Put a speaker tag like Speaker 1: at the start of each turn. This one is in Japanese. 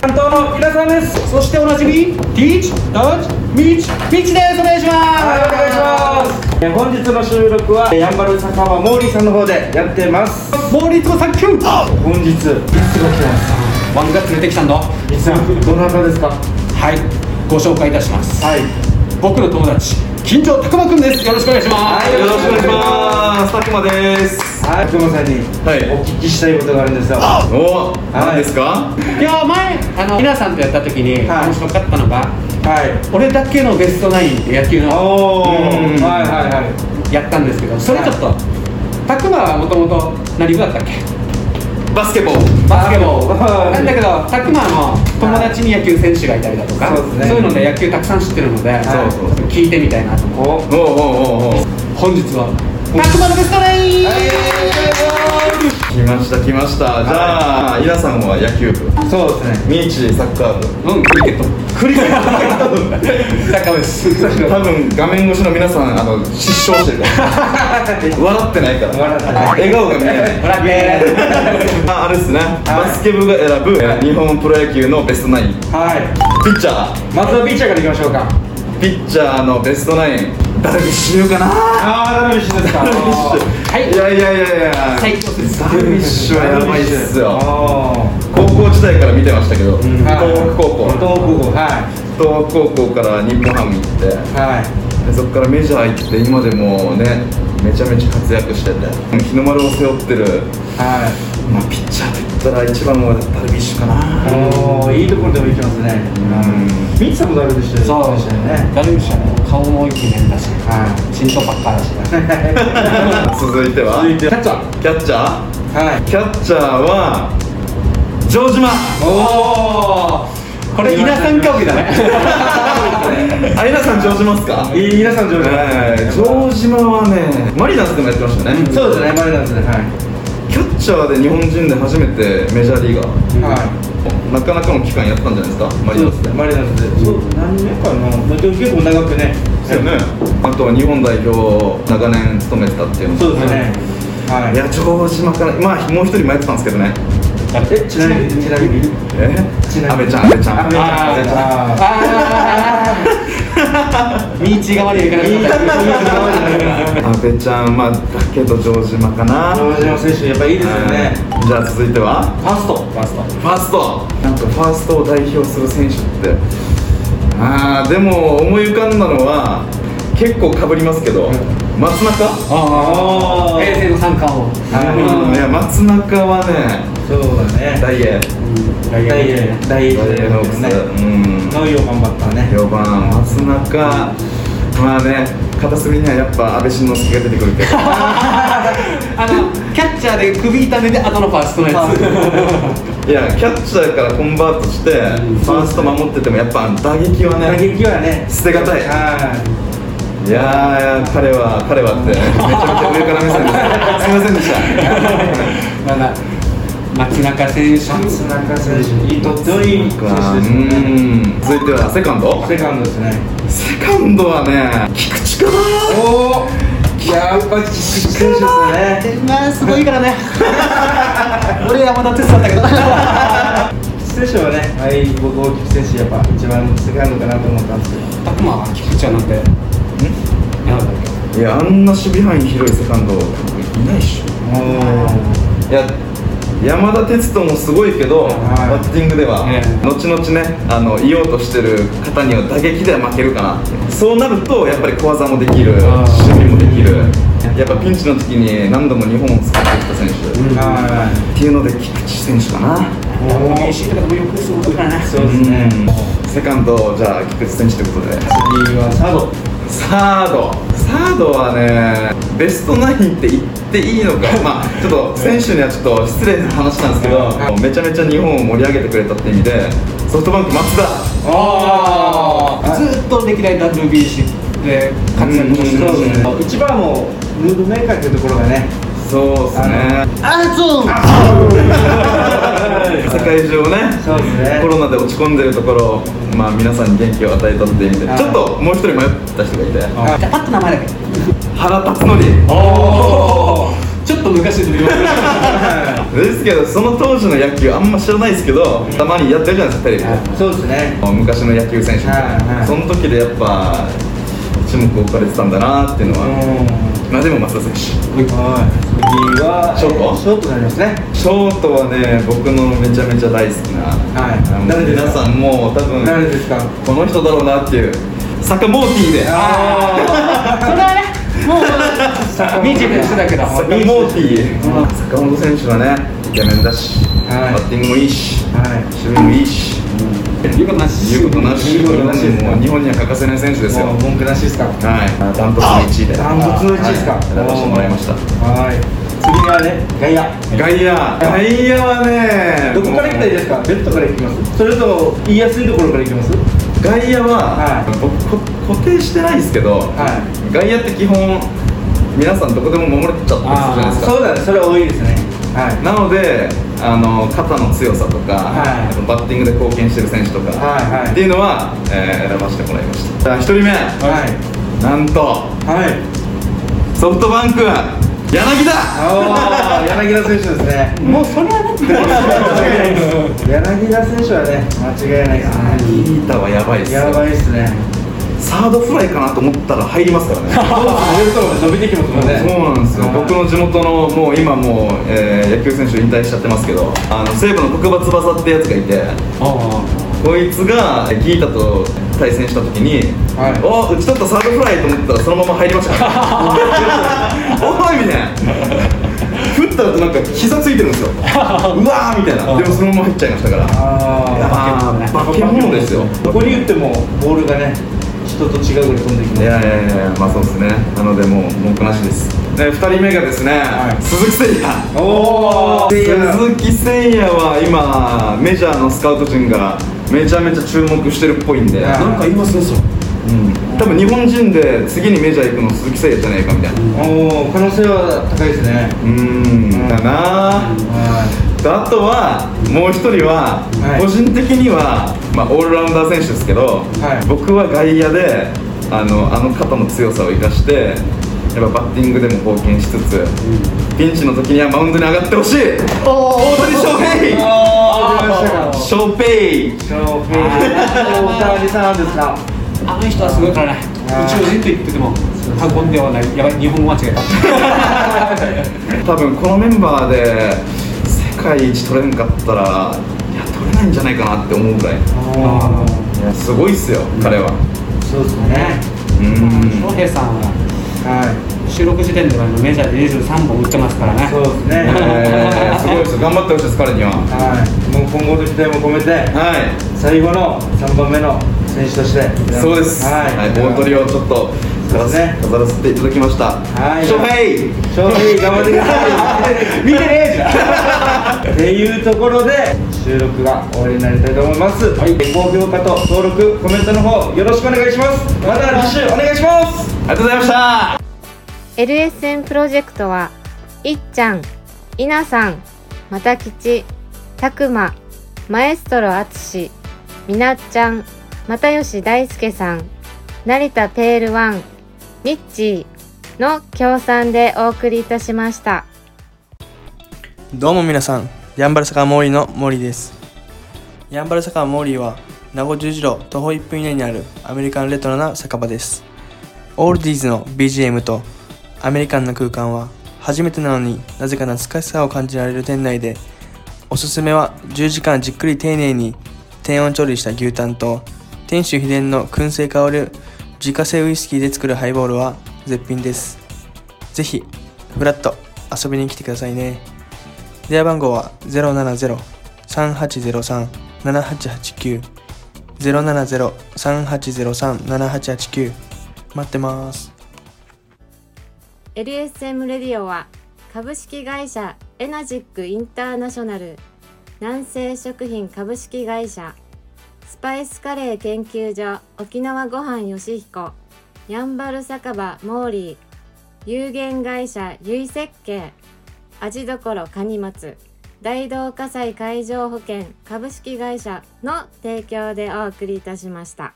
Speaker 1: 担当の皆さんですそしておなじみ Teach Dodge Meet Mitch ですお願いしますはいお願いしますえー本日の収録はえーやんばる酒場モーリーさんの方でやってますモーリーとサンキュー本日いつごきます
Speaker 2: ワンが連れてきたんだは
Speaker 1: さんいつどなたですか
Speaker 2: いご紹介いたします
Speaker 1: はい
Speaker 2: 僕の友達金城拓磨くんですよろしくお願いします
Speaker 1: はいよろしくお願いします
Speaker 3: 佐久間です
Speaker 1: はい久保さんに
Speaker 3: はい
Speaker 1: お聞きしたいことがあるんですよ
Speaker 3: お
Speaker 1: はい
Speaker 3: 何ですか
Speaker 2: いや前あの皆さんとやった時に
Speaker 1: はい
Speaker 2: 面白かったのが、
Speaker 1: はい
Speaker 2: 俺だけのベストナインって野球の
Speaker 1: お
Speaker 3: うん
Speaker 1: ーはいはいはい
Speaker 2: やったんですけどそれちょっと拓磨はもともと何部だったっけ
Speaker 3: バスケボー
Speaker 2: バスケボー
Speaker 1: あー
Speaker 2: なんだけど拓磨の友達に野球選手がいたりだとか
Speaker 1: そうですね
Speaker 2: そういうので野球たくさん知ってるので、
Speaker 1: い
Speaker 2: そうそう聞いてみたいなと思う
Speaker 1: お
Speaker 3: おおおお
Speaker 2: 本日は拓磨のベストナイン、
Speaker 3: 来ました来ましたじゃあ皆さんは野球部
Speaker 1: そうですね
Speaker 3: ミーチサッカー
Speaker 2: うん
Speaker 3: 部
Speaker 2: クリケットクリケットサッカー部です
Speaker 3: 多分画面越しの皆さんあの失笑してるから笑ってないか
Speaker 1: 笑
Speaker 3: ら
Speaker 1: ってない
Speaker 3: 笑顔が見えない
Speaker 2: ほら見え
Speaker 3: ああれですね、バスケ部が選ぶえー日本プロ野球のベストナイン
Speaker 1: はい
Speaker 3: ピッチャー
Speaker 1: 松尾ピッチャーからいきましょうか
Speaker 3: ピッチャーのベストナインダルビッシュ有かな
Speaker 1: ああダルビッシュですか
Speaker 3: ダルビッシュ
Speaker 2: はい
Speaker 3: いやいやいやいや
Speaker 2: 最強です
Speaker 3: ダルビッシュはやばいっすよ
Speaker 1: あ
Speaker 3: 高校時代から見てましたけど、
Speaker 1: ー
Speaker 3: 東北高校
Speaker 1: 東北高校はい
Speaker 3: 東北高校から日本ハム行って
Speaker 1: はい
Speaker 3: でそこからメジャー行って今でもねめちゃめちゃ活躍してて日の丸を背負ってる、
Speaker 1: はい
Speaker 3: まあ、ピッチャーといったら一番はダルビッシュかな
Speaker 1: おーいいところでも行きますね
Speaker 3: うん
Speaker 1: ミッツさんもダルビッシュでした
Speaker 2: そう
Speaker 1: よね
Speaker 2: ダルビッシュはもう顔もイケメンだし
Speaker 1: は
Speaker 2: 身長ばっかだし
Speaker 3: 続いては
Speaker 1: 続
Speaker 3: い
Speaker 1: いてキャッチャー
Speaker 3: キャッチャー
Speaker 1: はい
Speaker 3: キャッチャーは城島
Speaker 2: おおこれ稲さんかぶだね
Speaker 3: あいなさん城島っすか
Speaker 1: いい皆さん上手
Speaker 3: はい城島はねマリナーズでもやってましたね、
Speaker 1: そうですねマリナーズではい
Speaker 3: キャッチャーで日本人で初めてメジャーリーガー
Speaker 1: は
Speaker 3: なかなかの期間やったんじゃないですかマ
Speaker 1: い
Speaker 3: リノスで
Speaker 1: マリナーズでそう何年かな結構長くね
Speaker 3: ですよねあとは日本代表を長年務めてたっていうの
Speaker 1: そうですねはい
Speaker 3: や城島からまあもう一人迷ってたんですけどね
Speaker 1: えちなみにちなみに
Speaker 3: え
Speaker 1: ちな
Speaker 3: 阿
Speaker 1: みに
Speaker 3: 部ちゃん阿部ちゃん
Speaker 1: 阿部ちゃん
Speaker 3: 阿部ちゃん
Speaker 1: あー
Speaker 2: ああ ミーチ側にはいかなかっ
Speaker 3: 阿部ちゃんまあだけど城島かな
Speaker 1: 城島選手やっぱいいですよね
Speaker 3: はいじゃあ続いては
Speaker 2: たファーストファースト
Speaker 3: ファーストなんかファーストを代表する選手ってああでも思い浮かんだのは結構かぶりますけど、松中
Speaker 1: あ
Speaker 2: 平成の三冠王
Speaker 3: いや松中はね
Speaker 1: そうだね
Speaker 3: ダイエ
Speaker 1: 大栄大栄
Speaker 3: ダイエの奥さん、うん
Speaker 1: のよう頑張ったね
Speaker 3: 4番松中まあね片隅にはやっぱ安倍晋之助が出てくるけど
Speaker 2: あのキャッチャーで首痛めで後のファーストのや つ
Speaker 3: いやキャッチャーからコンバートして、ファースト守っててもやっぱ打撃は
Speaker 1: 打
Speaker 3: ね
Speaker 1: 撃はね
Speaker 3: 捨てがたい
Speaker 1: はい
Speaker 3: やー彼は彼はってめちゃめちゃ上から目線ですすいませんでした
Speaker 2: まだ街中選手
Speaker 1: い松中選手いいとってもいい 選手ですね
Speaker 3: うん続いてはセカンド
Speaker 1: セカンドですね
Speaker 3: セカンドはね菊池かな
Speaker 1: おおやっぱり選手ですね
Speaker 2: まあすごいから ね俺山田哲さんだけど
Speaker 1: 選手はねはい僕大きく選手やっぱ一番セカンドかなと思ったんですけど
Speaker 2: 拓磨は菊池はなんてなんだっ
Speaker 3: いやあんな守備範囲広いセカンドいないっしょ
Speaker 1: お
Speaker 3: いや山田哲人もすごいけど、バッティングでは、
Speaker 2: ええ
Speaker 3: 後々ねあの言おうとしてる方には打撃では負けるかなってそうなるとやっぱり小技もできる
Speaker 2: あー
Speaker 3: 守備もできるやっぱピンチの時に何度も日本を作ってきた選手、
Speaker 1: ー
Speaker 2: うん
Speaker 3: っ
Speaker 1: はい
Speaker 3: ていうので菊池選手かな
Speaker 1: おー
Speaker 2: け AC とかでもよくすごいからね
Speaker 1: そうですね
Speaker 3: うんセカンドじゃあ菊池選手ということで
Speaker 1: 次はサード
Speaker 3: サードサードはねベストナインって言ってい いのかまあちょっと選手にはちょっと失礼な話なんですけどめちゃめちゃ日本を盛り上げてくれたって意味でソフトバンク松田
Speaker 2: あ
Speaker 1: あ
Speaker 2: ーずっと歴代 WBC で活躍もしてるし
Speaker 3: うん
Speaker 1: 一番はもうムードメーカーっていうところが ね
Speaker 3: そうですね
Speaker 2: あそう
Speaker 3: 世界中をね
Speaker 1: そうですね
Speaker 3: コロナで落ち込んでるところをまあ皆さんに元気を与えたって意味で
Speaker 1: はい
Speaker 3: ちょっともう一人迷った人がいて
Speaker 1: あ
Speaker 2: じゃあパッと名前だけ
Speaker 3: 原辰徳
Speaker 1: おお
Speaker 2: ちょっと昔ですね
Speaker 3: ですけどその当時の野球あんま知らないですけどたまにやってるじゃないですかテレビで
Speaker 1: そうですね
Speaker 3: 昔の野球選手みたい
Speaker 1: はいは
Speaker 3: ないその時でやっぱ一目置かれてたんだなっていうの
Speaker 1: うん
Speaker 3: はまあでも松田選手
Speaker 1: はい次は
Speaker 3: ショート
Speaker 1: ショートになりますね
Speaker 3: ショートはね僕のめちゃめちゃ大好きな、
Speaker 1: はい
Speaker 3: あの皆さんもう多分
Speaker 1: 誰ですか
Speaker 3: この人だろうなっていうサカモーティーで
Speaker 1: ああそれはねもう
Speaker 2: サッカー見てる人だけど
Speaker 3: 坂本坂本選手はねイケメンだし、
Speaker 1: はい
Speaker 3: バッティングもいいし
Speaker 1: はい
Speaker 3: 守備もいいし
Speaker 2: 言うことなし
Speaker 3: 言うことなし
Speaker 2: 言うことなしですか
Speaker 3: もう日本には欠かせない選手ですよ
Speaker 1: もう文句なしですか
Speaker 3: はいダントツの1位で
Speaker 1: ダントツの一位ですか
Speaker 3: はい選ばせてもらいました
Speaker 1: はい次はね外野
Speaker 3: 外野外野はね
Speaker 1: どこから行きたいですかベッドから行きますそれとも言いやすいところから行きます
Speaker 3: 外野は、
Speaker 1: はい
Speaker 3: 僕こ固定してないですけど、
Speaker 1: はい
Speaker 3: 外野って基本皆さんどこでも守れちゃったりするじゃないですか
Speaker 1: そうだねそれは多いですねはい
Speaker 3: なのであの肩の強さとか、
Speaker 1: はい
Speaker 3: あとバッティングで貢献してる選手とか、
Speaker 1: はいはい
Speaker 3: っていうのは、えー選ばせてもらいましたじゃあ1人目
Speaker 1: はい
Speaker 3: なんと
Speaker 1: はい
Speaker 3: ソフトバンク柳田
Speaker 1: ああ柳田選手ですねもうそれはね柳田選手はね間違いないですね
Speaker 3: 柳田はやばいですよ
Speaker 1: やばいですね
Speaker 3: サードフライかなと思ったら入りますからね
Speaker 1: 伸びてきますもんね
Speaker 3: そうなんですよ僕の地元のもう今もう、えー野球選手引退しちゃってますけどあの西武の黒馬翼ってやつがいてこいつがギータと対戦した時に、
Speaker 1: はい
Speaker 3: お打ち取ったサードフライと思ったらそのまま入りま したからおいみたいな振ったらなんか膝ついてるん ですようわーみたいなでもそのまま入っちゃいましたから
Speaker 1: あ
Speaker 3: いや化け物ですよ
Speaker 1: あここに打ってもボールがね人と違うぐらい飛んできま
Speaker 3: い
Speaker 1: す
Speaker 3: やいやいやいやまあそうですねなのでもう文句なしですで2人目がですね、
Speaker 1: はい
Speaker 3: 鈴木誠
Speaker 1: お
Speaker 3: 也
Speaker 1: お
Speaker 3: 鈴木誠也は今メジャーのスカウト陣がめちゃめちゃ注目してるっぽいんで、
Speaker 1: はい
Speaker 2: なんか言いますねそれ
Speaker 3: うん多分日本人で次にメジャー行くの鈴木誠也じゃないかみたいな
Speaker 1: おお可能性は高いですね
Speaker 3: うーんだなあ
Speaker 1: は
Speaker 3: であとはもう一人は、
Speaker 1: はい
Speaker 3: 個人的には、まあ、オールラウンダー選手ですけど、
Speaker 1: はい
Speaker 3: 僕は外野であのあの肩の強さを生かしてやっぱバッティングでも貢献しつつ、ピンチの時にはマウンドに上がってほしい大谷翔平
Speaker 1: あ出ましたかショ
Speaker 3: 翔平
Speaker 1: ーフィー大谷さんですか
Speaker 2: あの人はすごいからね
Speaker 1: あー
Speaker 2: 宇宙人と言ってても過言ではないやばい日本語間違えた
Speaker 3: 多分このメンバーで世界一取れんかったらいや取れないんじゃないかなって思うぐらい
Speaker 1: あ
Speaker 3: いやすごいっすよ、彼は
Speaker 1: あそうですね
Speaker 3: うん
Speaker 2: 翔平さんは
Speaker 1: は
Speaker 2: 収録時点ではメジャーで23本打ってますからね
Speaker 1: いそうですね
Speaker 3: えーすごいです頑張ってほしいです彼には
Speaker 1: はいもう今後の期待も込めて
Speaker 3: はい
Speaker 1: 最後の3番目の選手として
Speaker 3: そうです
Speaker 1: はい
Speaker 3: はい大鳥をちょっと飾
Speaker 1: そうで
Speaker 3: らせ,、
Speaker 1: すね
Speaker 3: 飾らせていただきました
Speaker 1: はい
Speaker 3: 翔平
Speaker 1: ショーフィー頑張ってください見てねえじゃんっていうところで収録が終わりになりたいと思います、はい、高評価と登録コメントの方よろしくお願いしますまた次週お願いします
Speaker 3: ありがとうございました
Speaker 4: LSN プロジェクトは、いっちゃん、いなさん、またきち、たくま、マエストロあつし、みなっちゃん、またよし大輔さん、成田ペールワン、ミッチーの協賛でお送りいたしました。
Speaker 5: どうも皆さん、ヤンバル坂モーリーのモーリーです。ヤンバル坂モーリーは、名護十字路徒歩1分以内にあるアメリカンレトロな酒場です。オールディーズの BGM とアメリカンな空間は、初めてなのになぜか懐かしさを感じられる店内で、おすすめは10時間じっくり丁寧に低温調理した牛タンと、店主秘伝の燻製香る自家製ウイスキーで作るハイボールは絶品です。ぜひ、フラッと遊びに来てくださいね。電話番号は070-3803-7889 070-3803-7889待ってます。
Speaker 4: LSM レディオは株式会社エナジックインターナショナル南西食品株式会社スパイスカレー研究所沖縄ごはんよしひこやんばる酒場モーリー有限会社ゆい設計味どころかに松大同火災海上保険株式会社の提供でお送りいたしました。